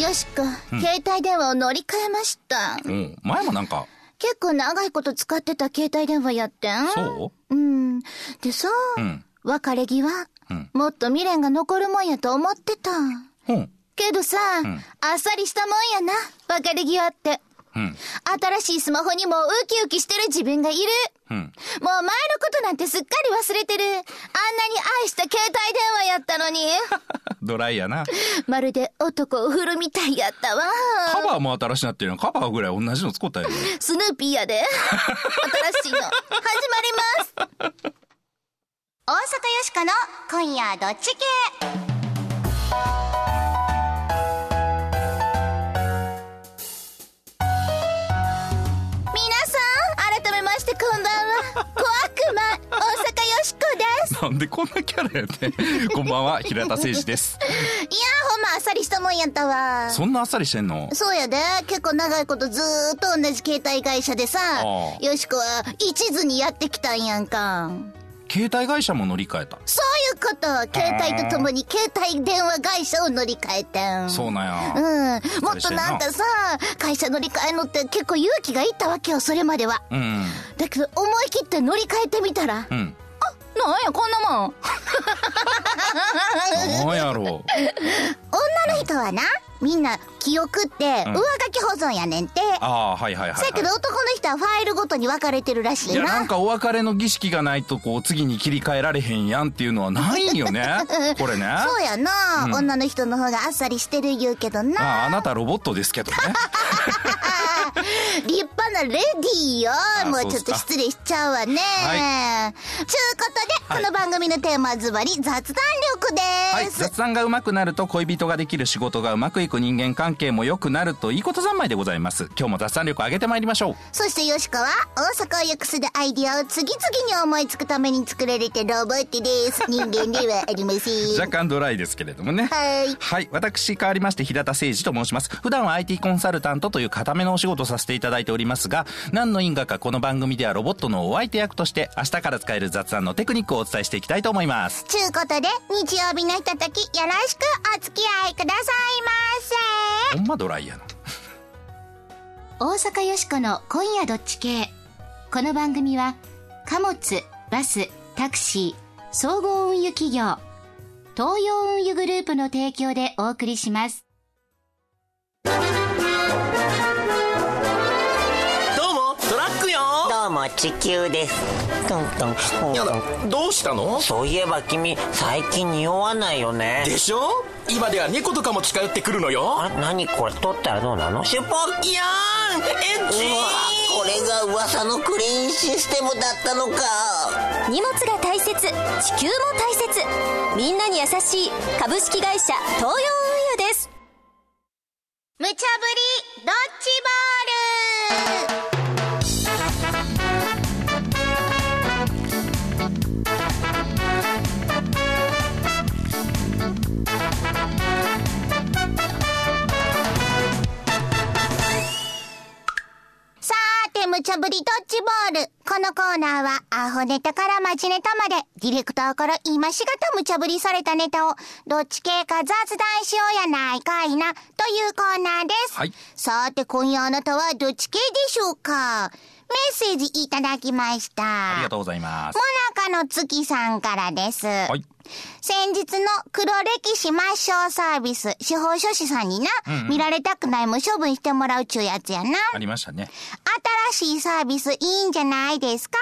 よし君、携帯電話を乗り換えました。うん。前もなんか、結構長いこと使ってた携帯電話やってんそううん。でさ、うん。別れ際、うんもっと未練が残るもんやと思ってた。うん。けどさ、んあっさりしたもんやな、別れ際って。うん。新しいスマホにもウキウキしてる自分がいる。うん。もう前のことなんてすっかり忘れてる。あんなに愛した携帯電話やった のに。ドライやな。まるで男を振るみたいやったわ。カバーも新しなってるのカバーぐらい同じの使ったよ。スヌーピーやで。新しいの。始まります。大阪よしかの今夜どっち系皆さん、改めましてこんばんは。小悪魔、大阪よしこです。なんでこんなキャラやねん。こんばんは、平田誠二です。いやー、ほんまあっさりしたもんやったわ。そんなあっさりしてんのそうやで。結構長いことずーっと同じ携帯会社でさあ、あよしこは一途にやってきたんやんか。携帯会社も乗り換えた。そういうこと携帯とともに携帯電話会社を乗り換えてん。そうう。なんや。ん。もっとなんかさ、会社乗り換えるのって結構勇気がいったわけよ、それまでは。うん。だけど思い切って乗り換えてみたら、うん。なんや、こんなもん。なんやろう。女の人はな、みんな記憶ってうん上書き保存やねんて。ああ、はいはいはい、せやけどは男の人はファイルごとに分かれてるらしい。いいや、なな。んかお別れの儀式がないと、こう、次に切り替えられへんやんっていうのはないんよねうん。これね。そうやな、うん女の人の方があっさりしてる言うけどな。ああ、あなたロボットですけどね。 立派なレディーよ。もうちょっとそうっすか失礼しちゃうわね。はちゅうことはで、いこの番組のテーマはズバリ雑談力はでい。す。雑談がうまくなると恋人ができる仕事がうまくいく人間関係も良くなるといいこと三昧でございます。今日も雑談力上げてまいりましょう。そしてよしこは、大阪を良くするアイディアを次々に思いつくために作られてロボットです。人間ではありま せん。若干ドライですけれどもね。はいはい。私、変わりまして、平田誠二と申します。普段は IT コンサルタントという固めのお仕事をさせていただいておりますが、何の因果かこの番組ではロボットのお相手役として、明日から使える雑談のテクニックをお伝えしていきたいと思います。ちゅうことで、日曜日のひととき、よろしくお付き合いくださいませ。ほんまドライやな。大阪よしこの今夜どっち系この番組は貨物バスタクシー総合運輸企業東洋運輸グループの提供でお送りしますどうもトラックよどうも地球ですトントンやトだンどうしたのそういえば君最近匂わないよねでしょ今では猫とかも近寄ってくるのよあれ何これ取ったらどうなのシュポッいやーんエッチうわこれが噂のクリーンシステムだったのか荷物が大切地球も大切みんなに優しい株式会社東洋運輸です無茶ぶりドッジボールさーて、無茶ぶりドッジボール。このコーナーは、アホネタからマジネタまで、ディレクターから今しがた無茶ぶりされたネタを、どっち系か雑談しようやないかいな、というコーナーです。はいさーて、今夜あなたはどっち系でしょうかメッセージいただきました。ありもがとうございます。なかの月さんからです。はい。先日の黒歴史抹消サービス、司法書士さんにな、見られたくないも処分してもらうちゅうやつやな。ありましたね。新しいサービスいいんじゃないですか、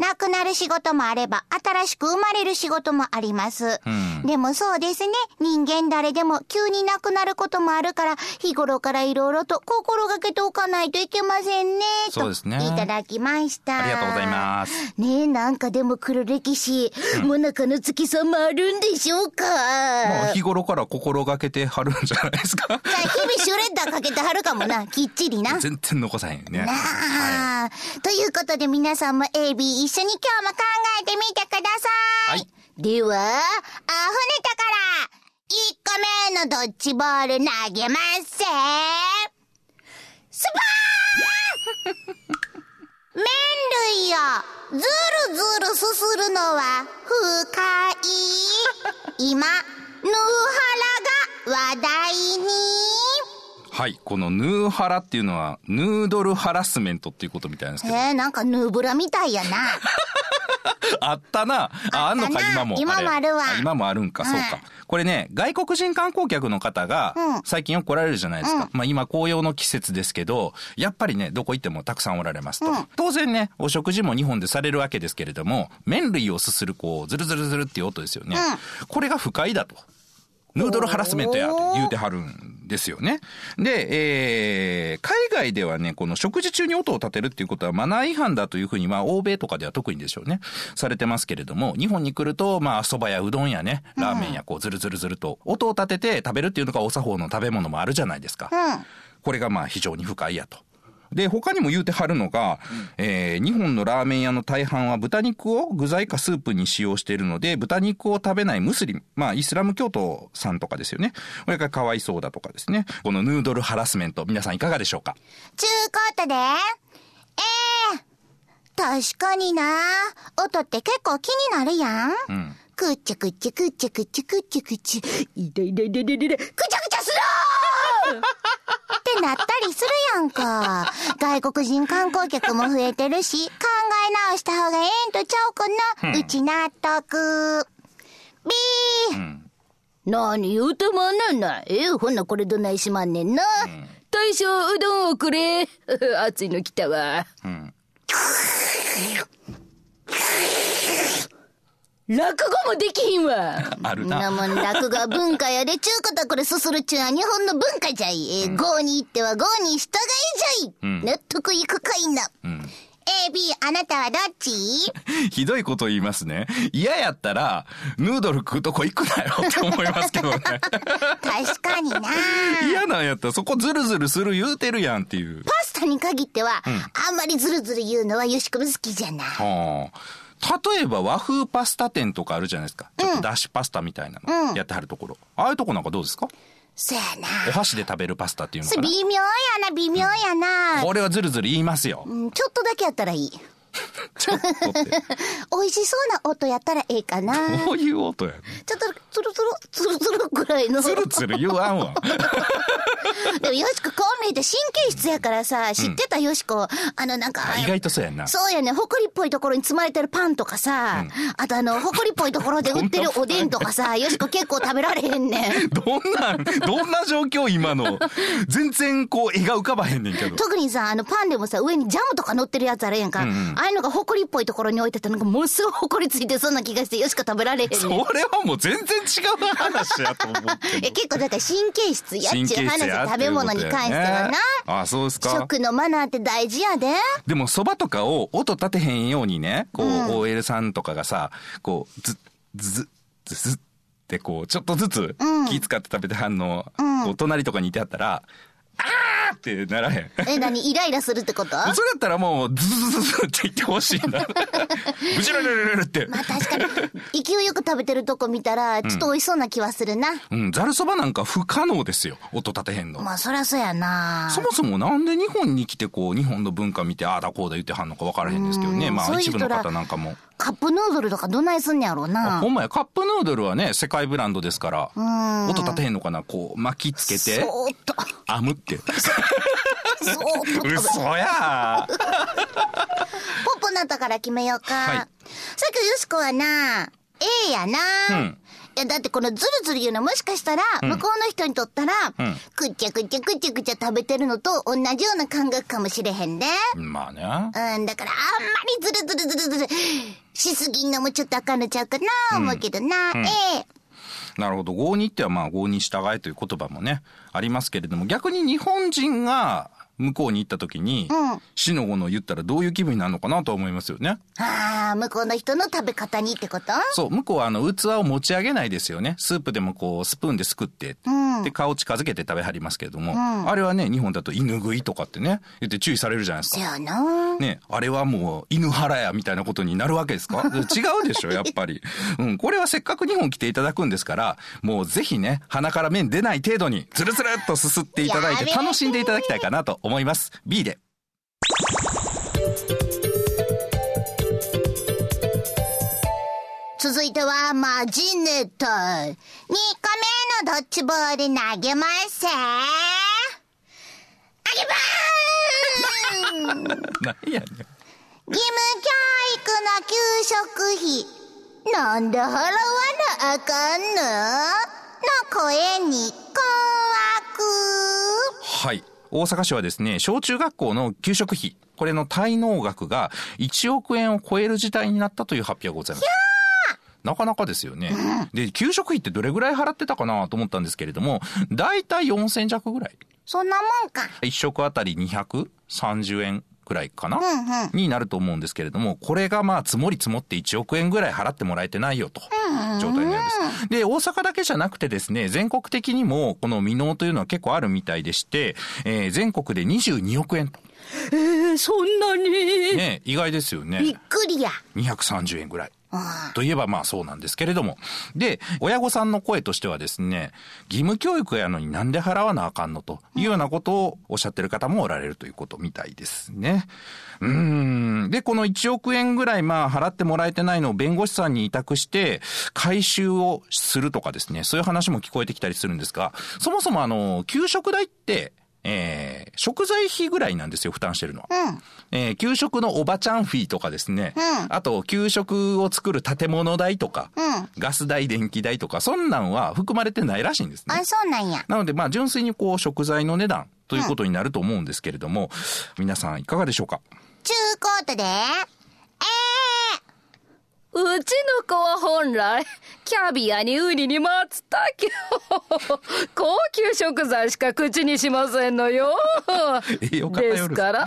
なくなる仕事もあれば、新しく生まれる仕事もあります。んでもそうですね、人間誰でも急になくなることもあるから、日頃からいろいろと心がけておかないといけませんね、とそうですねいただきました。ありがとうございます。ねえ、なんかでも黒歴史、もなかの月さんもあるんでしょうかもう日頃から心がけてはるんじゃないですか。じゃあ日々シュレッダーかけてはるかもな、きっちりな。全然残さへんよね。なあ、ということで皆さんも AB 一緒に今日も考えてみてください。はいでは、アホネタから、1個目のドッジボール投げますせス パーン麺類をズルズルすするのは不快。今、ヌーハラが話題に。はいこのヌーハラっていうのはヌードルハラスメントっていうことみたいなんですえけどー、なんかヌーブラみたいやな。あったな。あ、あんのあか、ったな今も。今もれあるわ今もあるんか、うんそうか。これね、外国人観光客の方がうん、最近よく来られるじゃないですうか。んまあ今、紅葉の季節ですけど、やっぱりね、どこ行ってもたくさんおられますと。当然ね、お食事も日本でされるわけですけれども、麺類をすする、こう、ズルズルズルっていう音ですよね。これが不快だと。ヌードルハラスメントや、言うてはるんですよね。で、えー海外ではね、この食事中に音を立てるっていうことはマナー違反だというふうに、まあ、欧米とかでは特にでしょうね、されてますけれども、日本に来ると、まあ、蕎麦やうどんやね、ラーメンや、こう、ずるずるずると、音を立てて食べるっていうのがお作法の食べ物もあるじゃないですか。これが、まあ、非常に不快やと。で、他にも言うてはるのが、えー日本のラーメン屋の大半は豚肉を具材かスープに使用しているので、豚肉を食べないムスリム、まあ、イスラム教徒さんとかですよね。これがかわいそうだとかですね。このヌードルハラスメント、皆さんいかがでしょうかちゅうことで、ええ確かにな。音って結構気になるやん。くっちゃくっちゃくっちゃくっちゃくっちゃくっちゃ、いだいだいだいだいだいだくちゃくちゃするーってなったりするやんか。外国人観光客も増えてるし、考え直した方がええんとちゃうかな。うち納得。ビー、何言うてもんねんな。ええほんなこれどないしまんねんな。大将うどんをくれ。 熱いの来たわ。落語もできひんわ。あるな。なもん落語は文化やで、中華だこれすするっちゅうのは日本の文化じゃい。えー、郷に行っては郷に従いじゃい。納得いくかいな。 A、B、あなたはどっち ひどいこと言いますね。嫌やったら、ヌードル食うとこ行くなよって思いますけどね。確かにな。 嫌なんやったら、そこズルズルする言うてるやんっていう。パスタに限っては、あんまりずるずる言うのはよしこも好きじゃない。はあ。例えば和風パスタ店とかあるじゃないですか。ちょっとだしパスタみたいなのやってはるところ。ああいうとこなんかどうですかそやな。お箸で食べるパスタっていうのそかれな。微妙やな、微妙やな。これはズルズル言いますよ。うんちょっとだけやったらいい。 ちょっとっ美て。味しそうな音やったらええかな。こういう音やね。ちょっと、つるつる、つるつるくらいの。ズルズル言わん わ。でも、よしこ、こう見えて神経質やからさ、知ってたよしこ。あの、なんか、意外とそうやんな。そうやね、ほこりっぽいところに積まれてるパンとかさ、あとあの、ほこりっぽいところで売ってるおでんとか さ、よしこ結構食べられへんねん。どんなん、どんな状況今の。全然こう絵が浮かばへんねんけど。特にさ、あの、パンでもさ、上にジャムとか乗ってるやつあるやんか。ああいうのがほこりっぽいところに置いてたのが、ものすごいほこりついてそうな気がして、よしか食べられへんねん。それはもう全然違う話やと思っていや結構だから神経質やっち神ゅう経話質や食べ物に関してっていうことはやねな。あそうですか食のマナーって大事やで。でも、そばとかを音立てへんようにね、こう、OL さんとかがさ、こう、ず、ず、ず、ずってこう、ちょっとずつ気使って食べてはんの、こう隣とかにいてはったら、あーってならへん。え、何イライラするってことそれだったらもう、ズズズズズって言ってほしい な。ブチュルルルルルって。まあ確かに、勢いよく食べてるとこ見たら、ちょっと美味しそうな気はするな。うん、ざるそばなんか不可能ですよ。音立てへんの。まあそりゃそうやな。そもそもなんで日本に来てこう、日本の文化見て、ああだこうだ言ってはんのか分からへんですけどね。うんまそあ、ういう一人部らの方なんかも。カップヌードルとかどないすんねやろうあなほ。んまや、カップヌードルはね、世界ブランドですから、音立てへんのかな、こう、巻きつけて、おっと、編むって。そうっと。嘘やーポポのとから決めようか。はいさっきよしこはな、A やな。うんいや、だってこのズルズル言うのもしかしたら、向こうの人にとったら、んくっちゃくっちゃくっちゃくっちゃ食べてるのと同じような感覚かもしれへんで。まあね。うん、だからあんまりズルズルズルズルしすぎんのもちょっとあかんのちゃうかな、思うけどな。A。なるほど。合にっては、まあ、合に従えという言葉もね、ありますけれども、逆に日本人が向こうに行った時に、死の子の言ったらどういう気分になるのかなと思いますよね。ああ、向こうの人の食べ方にってことそう、向こうはあの、器を持ち上げないですよね。スープでもこう、スプーンですくって、で、顔近づけて食べはりますけれども、あれはね、日本だと犬食いとかってね、言って注意されるじゃないですかせ。やな。ね、あれはもう犬腹やみたいなことになるわけです か違うでしょ、やっぱり。うん、これはせっかく日本来ていただくんですから、もうぜひね、鼻から麺出ない程度に、ズルズルっとすすっていただいて、やべえ楽しんでいただきたいかなと思います。B で。続いては、マジネタ。2個目のドッジボール投げます。何やねん義務教育の給食費なんで払わなあかんのの声に困惑はい。大阪市はですね、小中学校の給食費、これの滞納額が1億円を超える事態になったという発表がございます。なかなかですよね。で、給食費ってどれぐらい払ってたかなと思ったんですけれども、だいたい4000弱ぐらい。そんなもんか1食あたり230円くらいかな、んになると思うんですけれども、これがまあ積もり積もって1億円ぐらい払ってもらえてないよと、状態なんです。で、大阪だけじゃなくてですね、全国的にもこの未納というのは結構あるみたいでして、えー全国で22億円と。えー、そんなに。ね、意外ですよね。びっくりや230円ぐらい。といえばまあそうなんですけれども。で、親御さんの声としてはですね、義務教育やのになんで払わなあかんのというようなことをおっしゃってる方もおられるということみたいですね。うーん。で、この1億円ぐらいまあ払ってもらえてないのを弁護士さんに委託して回収をするとかですね、そういう話も聞こえてきたりするんですが、そもそもあの、給食代って、えー食材費ぐらいなんですよ、負担してるのは。えー給食のおばちゃんフィーとかですね、あと給食を作る建物代とか、ガス代、電気代とか、そんなんは含まれてないらしいんですね。あそうなんやなので、まあ、純粋にこう、食材の値段ということになると思うんですけれども、皆さんいかがでしょうか中コートでえうちの子は本来、キャビアにウニに松茸を、高級食材しか口にしませんのよ。栄養偏るですから、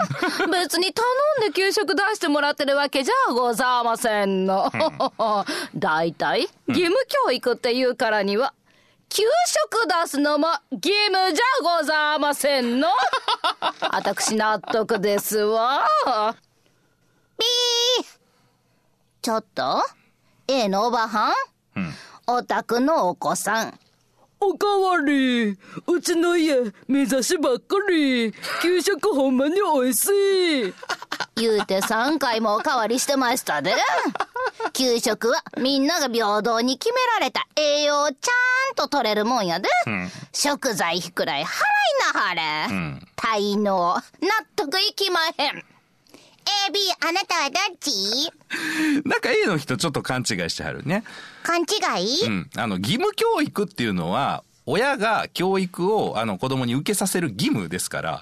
別に頼んで給食出してもらってるわけじゃございませんの。だいたい、義務教育っていうからには、給食出すのも義務じゃございませ んの。私納得ですわ。ちょっとええのおばはん、お宅のお子さんおかわり。うちの家、目指しばっかり。給食ほんまに美味しい。言うて3回もおかわりしてましたで。給食はみんなが平等に決められた栄養をちゃんと取れるもんやで。食材費くらい払いなはれ。滞納。納得いきまへん。AB、あなたはどっち なんか A の人ちょっと勘違いしてはるね。勘違い、うん。あの、義務教育っていうのは、親が教育を、あの、子供に受けさせる義務ですから、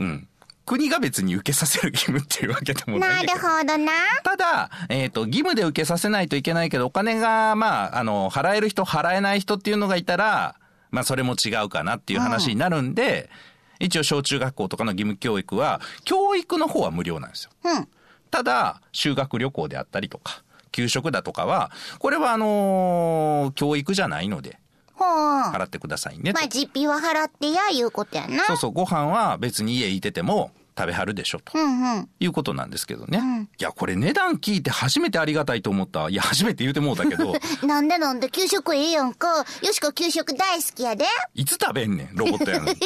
うん。国が別に受けさせる義務っていうわけでもないなんるだけど。ほどな。ただ、えっ、と、義務で受けさせないといけないけど、お金が、まあ、あの、払える人、払えない人っていうのがいたら、まあ、それも違うかなっていう話になるんで、一応、小中学校とかの義務教育は、教育の方は無料なんですよ。ただ、修学旅行であったりとか、給食だとかは、これは、あのー教育じゃないので、ほう。ま払ってくださいねと。あ、実費は払ってや、いうことやな。そうそう、ご飯は別に家いてても食べはるでしょ、と。うんうん。いうことなんですけどね。いや、これ値段聞いて初めてありがたいと思った。いや、初めて言うてもうたけど、なんでなんで、給食ええやんか。よしこ給食大好きやで。いつ食べんねん、ロボットやのに。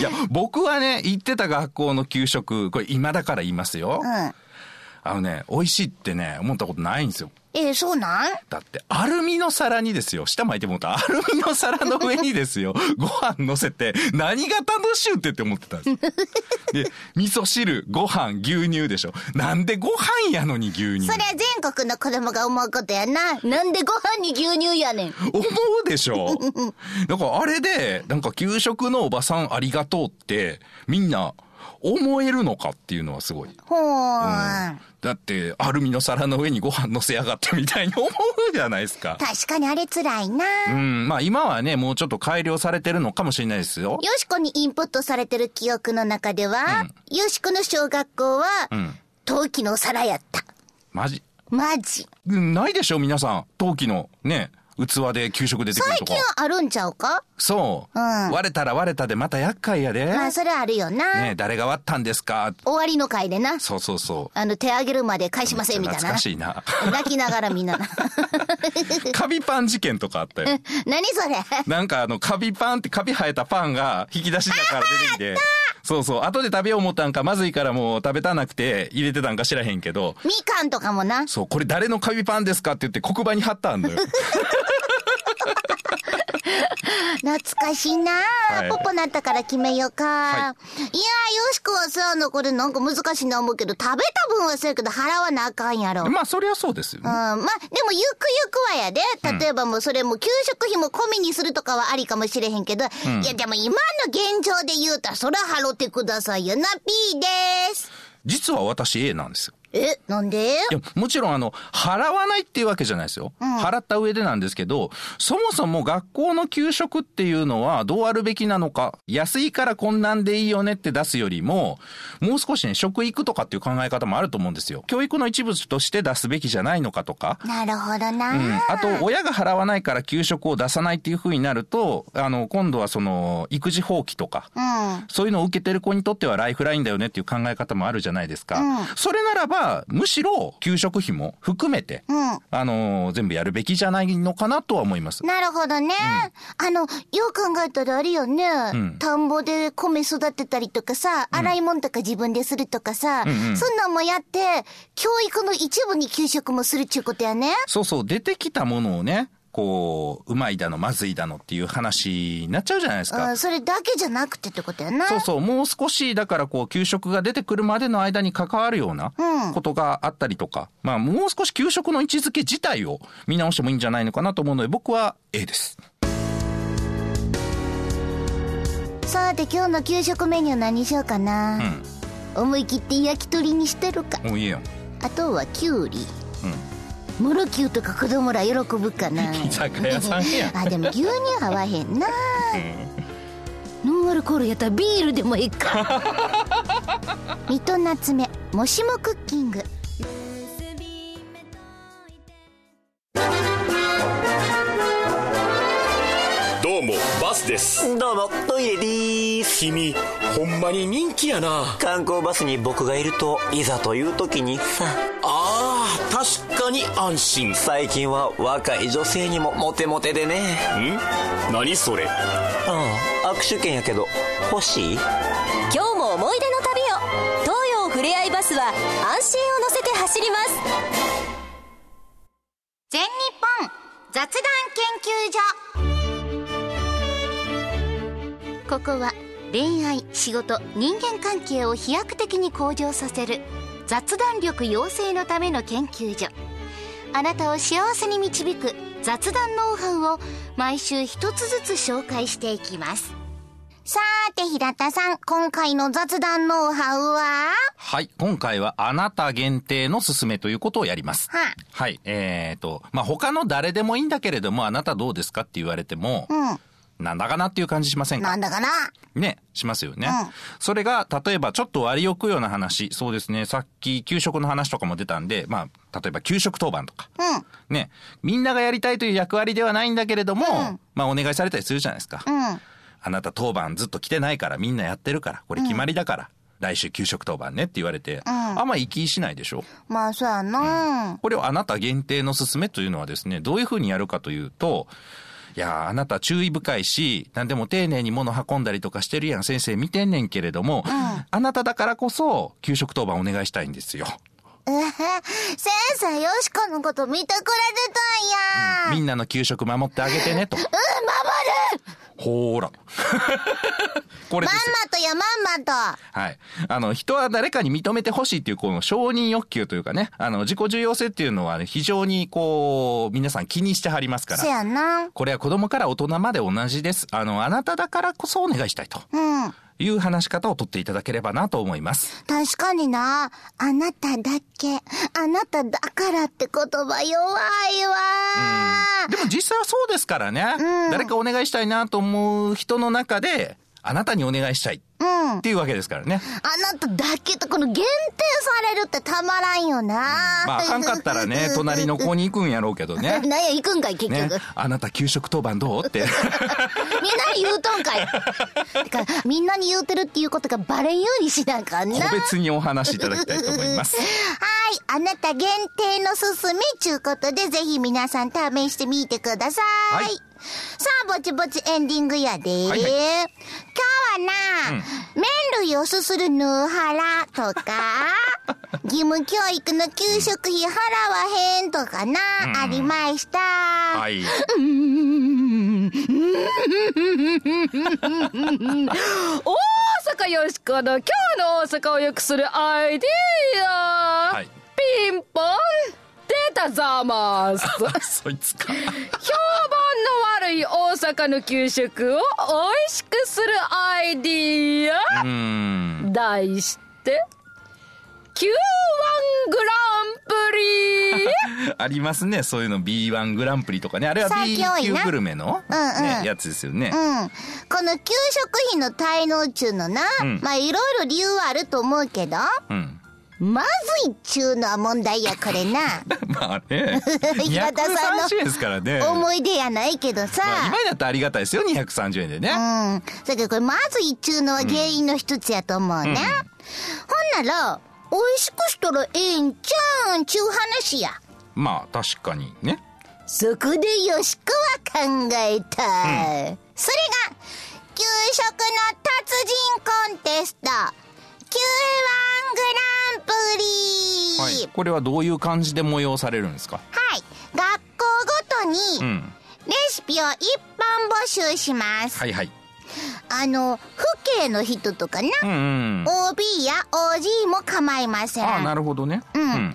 いや、僕はね、行ってた学校の給食、これ今だから言いますよ。うん。あのね、美味しいってね、思ったことないんですよ。えー、そうなんだって、アルミの皿にですよ、下巻いてもうた、アルミの皿の上にですよ、ご飯乗せて、何が楽しゅうってって思ってたんですよ。で、味噌汁、ご飯、牛乳でしょ。なんでご飯やのに牛乳それは全国の子供が思うことやな。なんでご飯に牛乳やねん。思うでしょだからあれで、なんか給食のおばさんありがとうって、みんな思えるのかっていうのはすごい。ほー。だって、アルミの皿の上にご飯乗せやがってみたいに思うじゃないですか。確かにあれ辛いな。うん、まあ今はね、もうちょっと改良されてるのかもしれないですよ。よしこにインプットされてる記憶の中では、よしこの小学校は、ん陶器のお皿やった。マジ。マジ。うんないでしょ、皆さん。陶器のね、器で給食出てくる最とか近。はあるんちゃうかそう、うん割れたら割れたでまた厄介やで。まあ、それはあるよな。ね誰が割ったんですか終わりの会でな。そうそうそう。あの、手上げるまで返しませんみたい懐なか。しいな。泣きながらみんなな。カビパン事件とかあったよ。 何それなんかあの、カビパンってカビ生えたパンが引き出しだから出てきて。そうそう。後で食べよう思ったんか、まずいからもう食べたなくて入れてたんか知らへんけど。みかんとかもな。そう、これ誰のカビパンですかって言って黒板に貼ったんだよ。懐かしいなあ、はいポポなったから決めようか。い、やー、よしこはさ、あのこれなんか難しいな思うけど、食べた分はそうやけど払わなあかんやろ。うん、ままあ、そりゃそうですよね。あ、でもゆくゆくはやで。例えばもうそれも給食費も込みにするとかはありかもしれへんけど、いやでも今の現状で言うたらそら払ってくださいよな、P です。実は私 A なんですよ。え、なんでいや、もちろんあの、払わないっていうわけじゃないですよ。払った上でなんですけど、そもそも学校の給食っていうのはどうあるべきなのか、安いからこんなんでいいよねって出すよりも、もう少しね、食育とかっていう考え方もあると思うんですよ。教育の一部として出すべきじゃないのかとか、なるほどなあ、うん、あと親が払わないから給食を出さないっていう風になるとあの今度はその育児放棄とか、そういうのを受けてる子にとってはライフラインだよねっていう考え方もあるじゃないですか、それならばむしろ給食費も含めて、あの全部やるべきじゃないのかなとは思います。なるほどね。あの、よう考えたらあれよね、田んぼで米育てたりとかさ、洗い物とか自分でするとかさ、そんなんもやって、教育の一部に給食もするっちゅうことやね。そうそう、出てきたものをね、こう、うまいだの、まずいだのっていう話になっちゃうじゃないですか。うん、それだけじゃなくてってことやな。そうそう、もう少し、だからこう、給食が出てくるまでの間に関わるようなことがあったりとか、まあ、もう少し給食の位置づけ自体を見直してもいいんじゃないのかなと思うので、僕は A です。さて今日の給食メニュー何しようかな。ん思い切って焼き鳥にしてるか。もういいよ。あとはきゅうり。もろきゅうとか子供ら喜ぶか な。居酒屋さんや あでも牛乳合わへんなノンアルコールやったらビールでもいい か水戸夏目もしもクッキングどうもバスですどうも、トイレでーす。君ほんまに人気やな観光バスに僕がいると、いざという時にさ、あー確かに安心最近は若い女性にもモテモテでね。ん何それうん、握手券やけど、欲しい今日も思い出の旅を東洋ふれあいバスは安心を乗せて走ります全日本雑談研究所ここは恋愛仕事人間関係を飛躍的に向上させる雑談力養成のための研究所あなたを幸せに導く雑談ノウハウを毎週一つずつ紹介していきますさーて平田さん今回の雑談ノウハウははい。今回は、あなた限定のすすめということをやります。はあはい。えーと、まあ、他の誰でもいいんだけれども、あなたどうですかって言われても、なんだかなっていう感じしませんかなんだかなね、しますよね。それが、例えばちょっと割り置くような話、そうですね、さっき給食の話とかも出たんで、まあ、例えば給食当番とか、ね、みんながやりたいという役割ではないんだけれども、まあお願いされたりするじゃないですか。あなた当番ずっと来てないから、みんなやってるから、これ決まりだから、来週給食当番ねって言われて、あんま行きしないでしょ。まあそうやな、これをあなた限定のすすめというのはですね、どういうふうにやるかというと、いやーあなた注意深いし、何でも丁寧に物運んだりとかしてるやん、先生見てんねんけれども、あなただからこそ、給食当番お願いしたいんですよ。先生、よしこのこと見てくれてたんや。みんなの給食守ってあげてねと。うん、守るほーら。 これでまんすよ。まとやまんまと。はい。あの、人は誰かに認めてほしいっていう、この承認欲求というかね、あの、自己重要性っていうのは、ね、非常にこう、皆さん気にしてはりますからせ。やな。これは子供から大人まで同じです。あの、あなただからこそお願いしたいと。うん。いう話し方をとっていただければなと思います。確かにな。あなただけ、あなただからって言葉弱いわ。でも実際はそうですからね。誰かお願いしたいなと思う人の中で、あなたにお願いしたいっていうわけですからね。あなただけとこの限定されるってたまらんよな。まあ、あかんかったらね、隣の子に行くんやろうけどね。 なんや、行くんかい、結局。ね、あなた給食当番どうって。みんなに言うとんかい。て か、みんなに言うてるっていうことがバレんようにしなあかんな。個別にお話しいただきたいと思います。はい。あなた限定のすすめちゅうことで、ぜひ皆さん試してみてください。はいさあ、ぼちぼちエンディングやで。はいはい今日はな、麺類をすするぬはらとか、義務教育の給食費払わへんとかな、ありました。はい。うー大阪よしこの今日の大阪を良くするアイディア、はいピンポン出たざます 評判そいつか。の悪い大阪の給食を美味しくするアイディア、うーん。題して9ワングランプ リありますね。そういうの B1 グランプリとかね。あれは最 B 強い級なグルメの、うんうんね、やつですよね。うん。この給食費の滞納中のな、んまあいろいろ理由はあると思うけど、うん。まずいっちゅうのは問題や、これ な。まあ ね。平田さんの230円ですからね。思い出やないけどさ。まあ今だったらありがたいですよ。230円でね。うん。だけどこれまずいっちゅうのは原因の一つやと思うね。ほんなら、美味しくしたらええんちゃうんちゅう話や。まあ確かにね。そこでよしこは考えた。それが、給食の達人コンテスト、9ワングランプリ。はい。これはどういう感じで催されるんですかはい。学校ごとうに、ん。レシピを一般募集します。はいはい。あの、父兄の人とかな、うんうん。 OB や OG も構いません。ああ、なるほどね。うん、ほんで、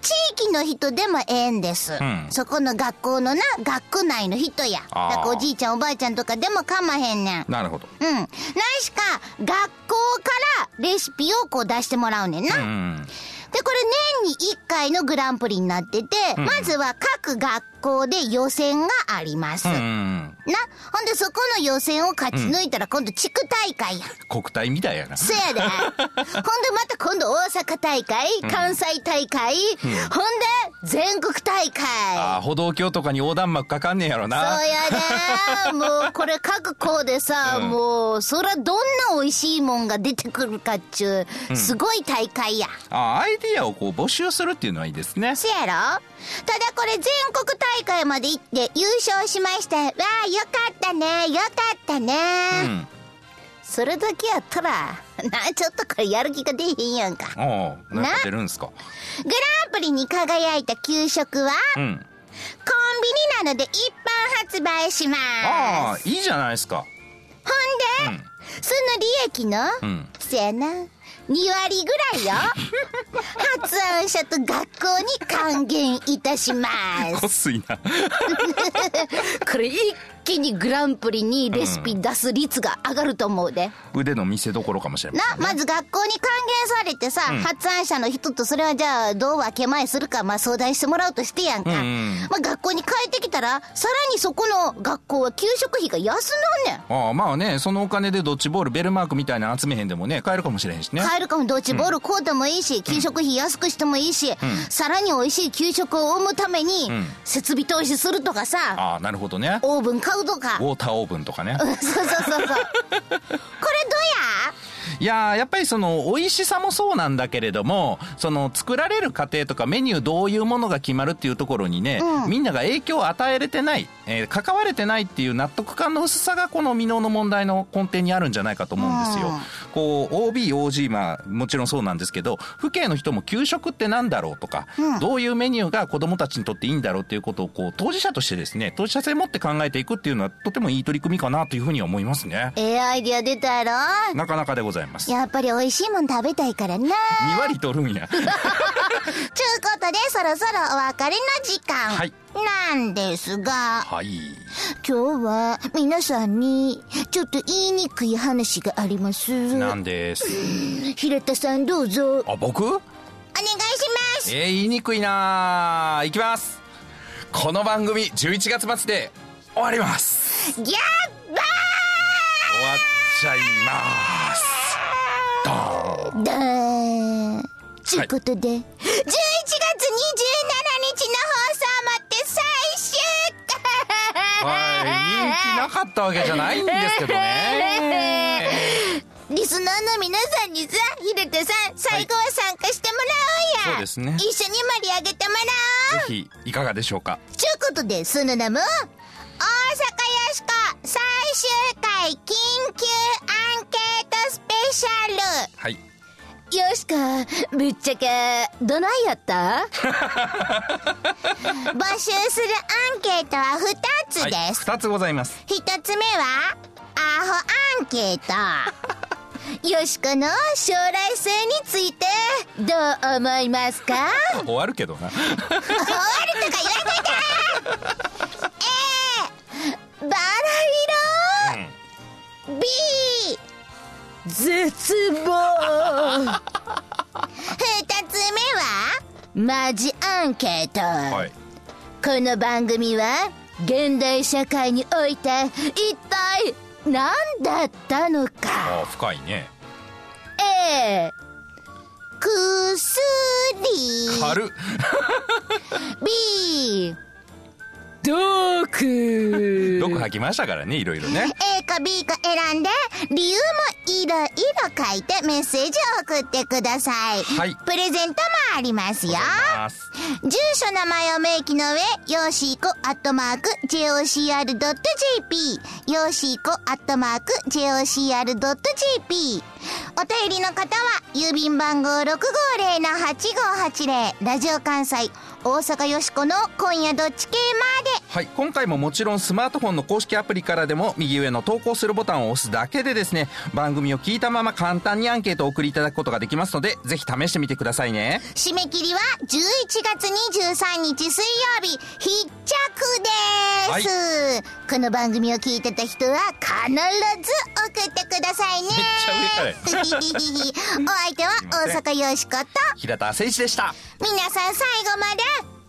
地域の人でもええんです。んそこの学校のな、学区内の人や。あーだからおじいちゃんおばあちゃんとかでもかまへんねん。なるほど。うん。ないしか、学校からレシピをこう出してもらうねんな。うんうん。で、これ年に1回のグランプリになってて、まずは各学校で予選があります。うんうん。な、ほんでそこの予選を勝ち抜いたら今度地区大会や。国体みたいやな。そやで。ほんでまた今度大阪大会、関西大会、ほんで全国大ああ、会。歩道橋とかに横断幕かかんねやろそな。うや で。もうこれ各校でさ、うんもうそらどんな美味しいもんが出てくるかっちゅう、すごい大会や。ああ、アイディアをこう募集するっていうのはいいですね。そやろただこれ全国大会まで行って優勝しました。わあ、よかったね。よかったね。うん。それだけやったら、 な、ちょっとこれやる気が出へんやんか。ああ、なんなか出るんですか。グランプリに輝いた給食は、コうん。ンビニなどで一般発売します。ああ、いいじゃないですか。ほんで、その利益の、んせやな、2割ぐらいよ、 発案者と学校に還元いたします。 こっすいな。これ一気にグランプリにレシピ出す率が上がると思うで。腕の見せ所かもしれまなせん、ね。まず学校に還元されてさ、発案者の人とそれはじゃあどう分け前するか、まあ相談してもらうとしてやんか。うんうんまあ学校に帰ってきたら、さらにそこの学校は給食費が安なんねん。ああ、まあね、そのお金でドッジボールベルマークみたいなの集めへんでもね、買えるかもしれへんしね。帰るかもどっちボール買うてもいいし、給食費安くしてもいいし、さらに美味しい給食を生むために、設備投資するとかさ、ああ、なるほどね。オーブン買うとかウ。ォーターオーブンとかね。 そうそうそうそう。これどうやいやー、やっぱりその、美味しさもそうなんだけれども、その、作られる過程とかメニューどういうものが決まるっていうところにね、みんなが影響を与えれてない、えー関われてないっていう納得感の薄さが、この未納の問題の根底にあるんじゃないかと思うんですよ。こう、OB、OG、まあ、もちろんそうなんですけど、父兄の人も給食ってなんだろうとか、どういうメニューが子供たちにとっていいんだろうっていうことを、こう、当事者としてですね、当事者性持って考えていくっていうのは、とてもいい取り組みかなというふうに思いますね。ええアイディア出たやろなかなかでございます。やっぱり美味しいもん食べたいからな。 2割取るんや。ちゅうことで、そろそろお別れの時間。はいなんですが、はい。今日は皆さんに、ちょっと言いにくい話があります。なんです。平田さんどうぞ。お願あ、僕いします。えー、言いにくいなぁ。いきます。この番組、11月末で終わります。やっ終わっちゃいます。ドーンばーだーちゅうことで、11月27日の放送もって最終回はい、人気なかったわけじゃないんですけどね。リスナーの皆さんにさ、ひでたさん、最後は参加してもらおうや。そうですね一緒に盛り上げてもらぜおう。ひ、いかがでしょうか。ちゅうことで、その名も、大阪よしこ最終回緊急アンケートスペシャル。はい。今よしか、ぶっちゃけ、どない やった募集するアンケートは2つはいです。二つございます。一つ目はアホアンケート よしこの将来性についてどう思います か終わるけどな。終わるとか言わないで A バラ色、B 絶 望二つ目はマジアンケート、はい。この番組は、現代社会において、一体、何だったのか。ああ、深いね。ええ薬軽っ。 B 毒吐きましたからね、いろいろね。 A か B か選んで理由もいろいろ書いてメッセージを送ってください、はいプレゼントもありますよます住所名前を明記の上よーしーこアットマーク JOCR.JP よーしーこアットマーク JOCR.JP お便りの方は郵便番号650-8580ラジオ関西大阪よしこの今夜どっち系まではい、今回ももちろんスマートフォンの公式アプリからでも右上の投稿するボタンを押すだけでですね、番組を聞いたまま簡単にアンケートを送りいただくことができますので、ぜひ試してみてくださいね。締め切りは11月23日水曜日必着です、この番組を聞いてた人は必ず送ってくださいねめっち お相手は大阪よしこと平田誠一でした。皆さん最後まで